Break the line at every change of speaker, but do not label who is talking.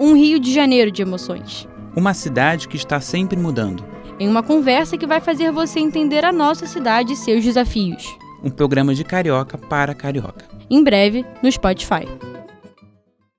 um Rio de Janeiro de emoções.
Uma cidade que está sempre mudando.
Em uma conversa que vai fazer você entender a nossa cidade e seus desafios.
Um programa de carioca para carioca.
Em breve, no Spotify.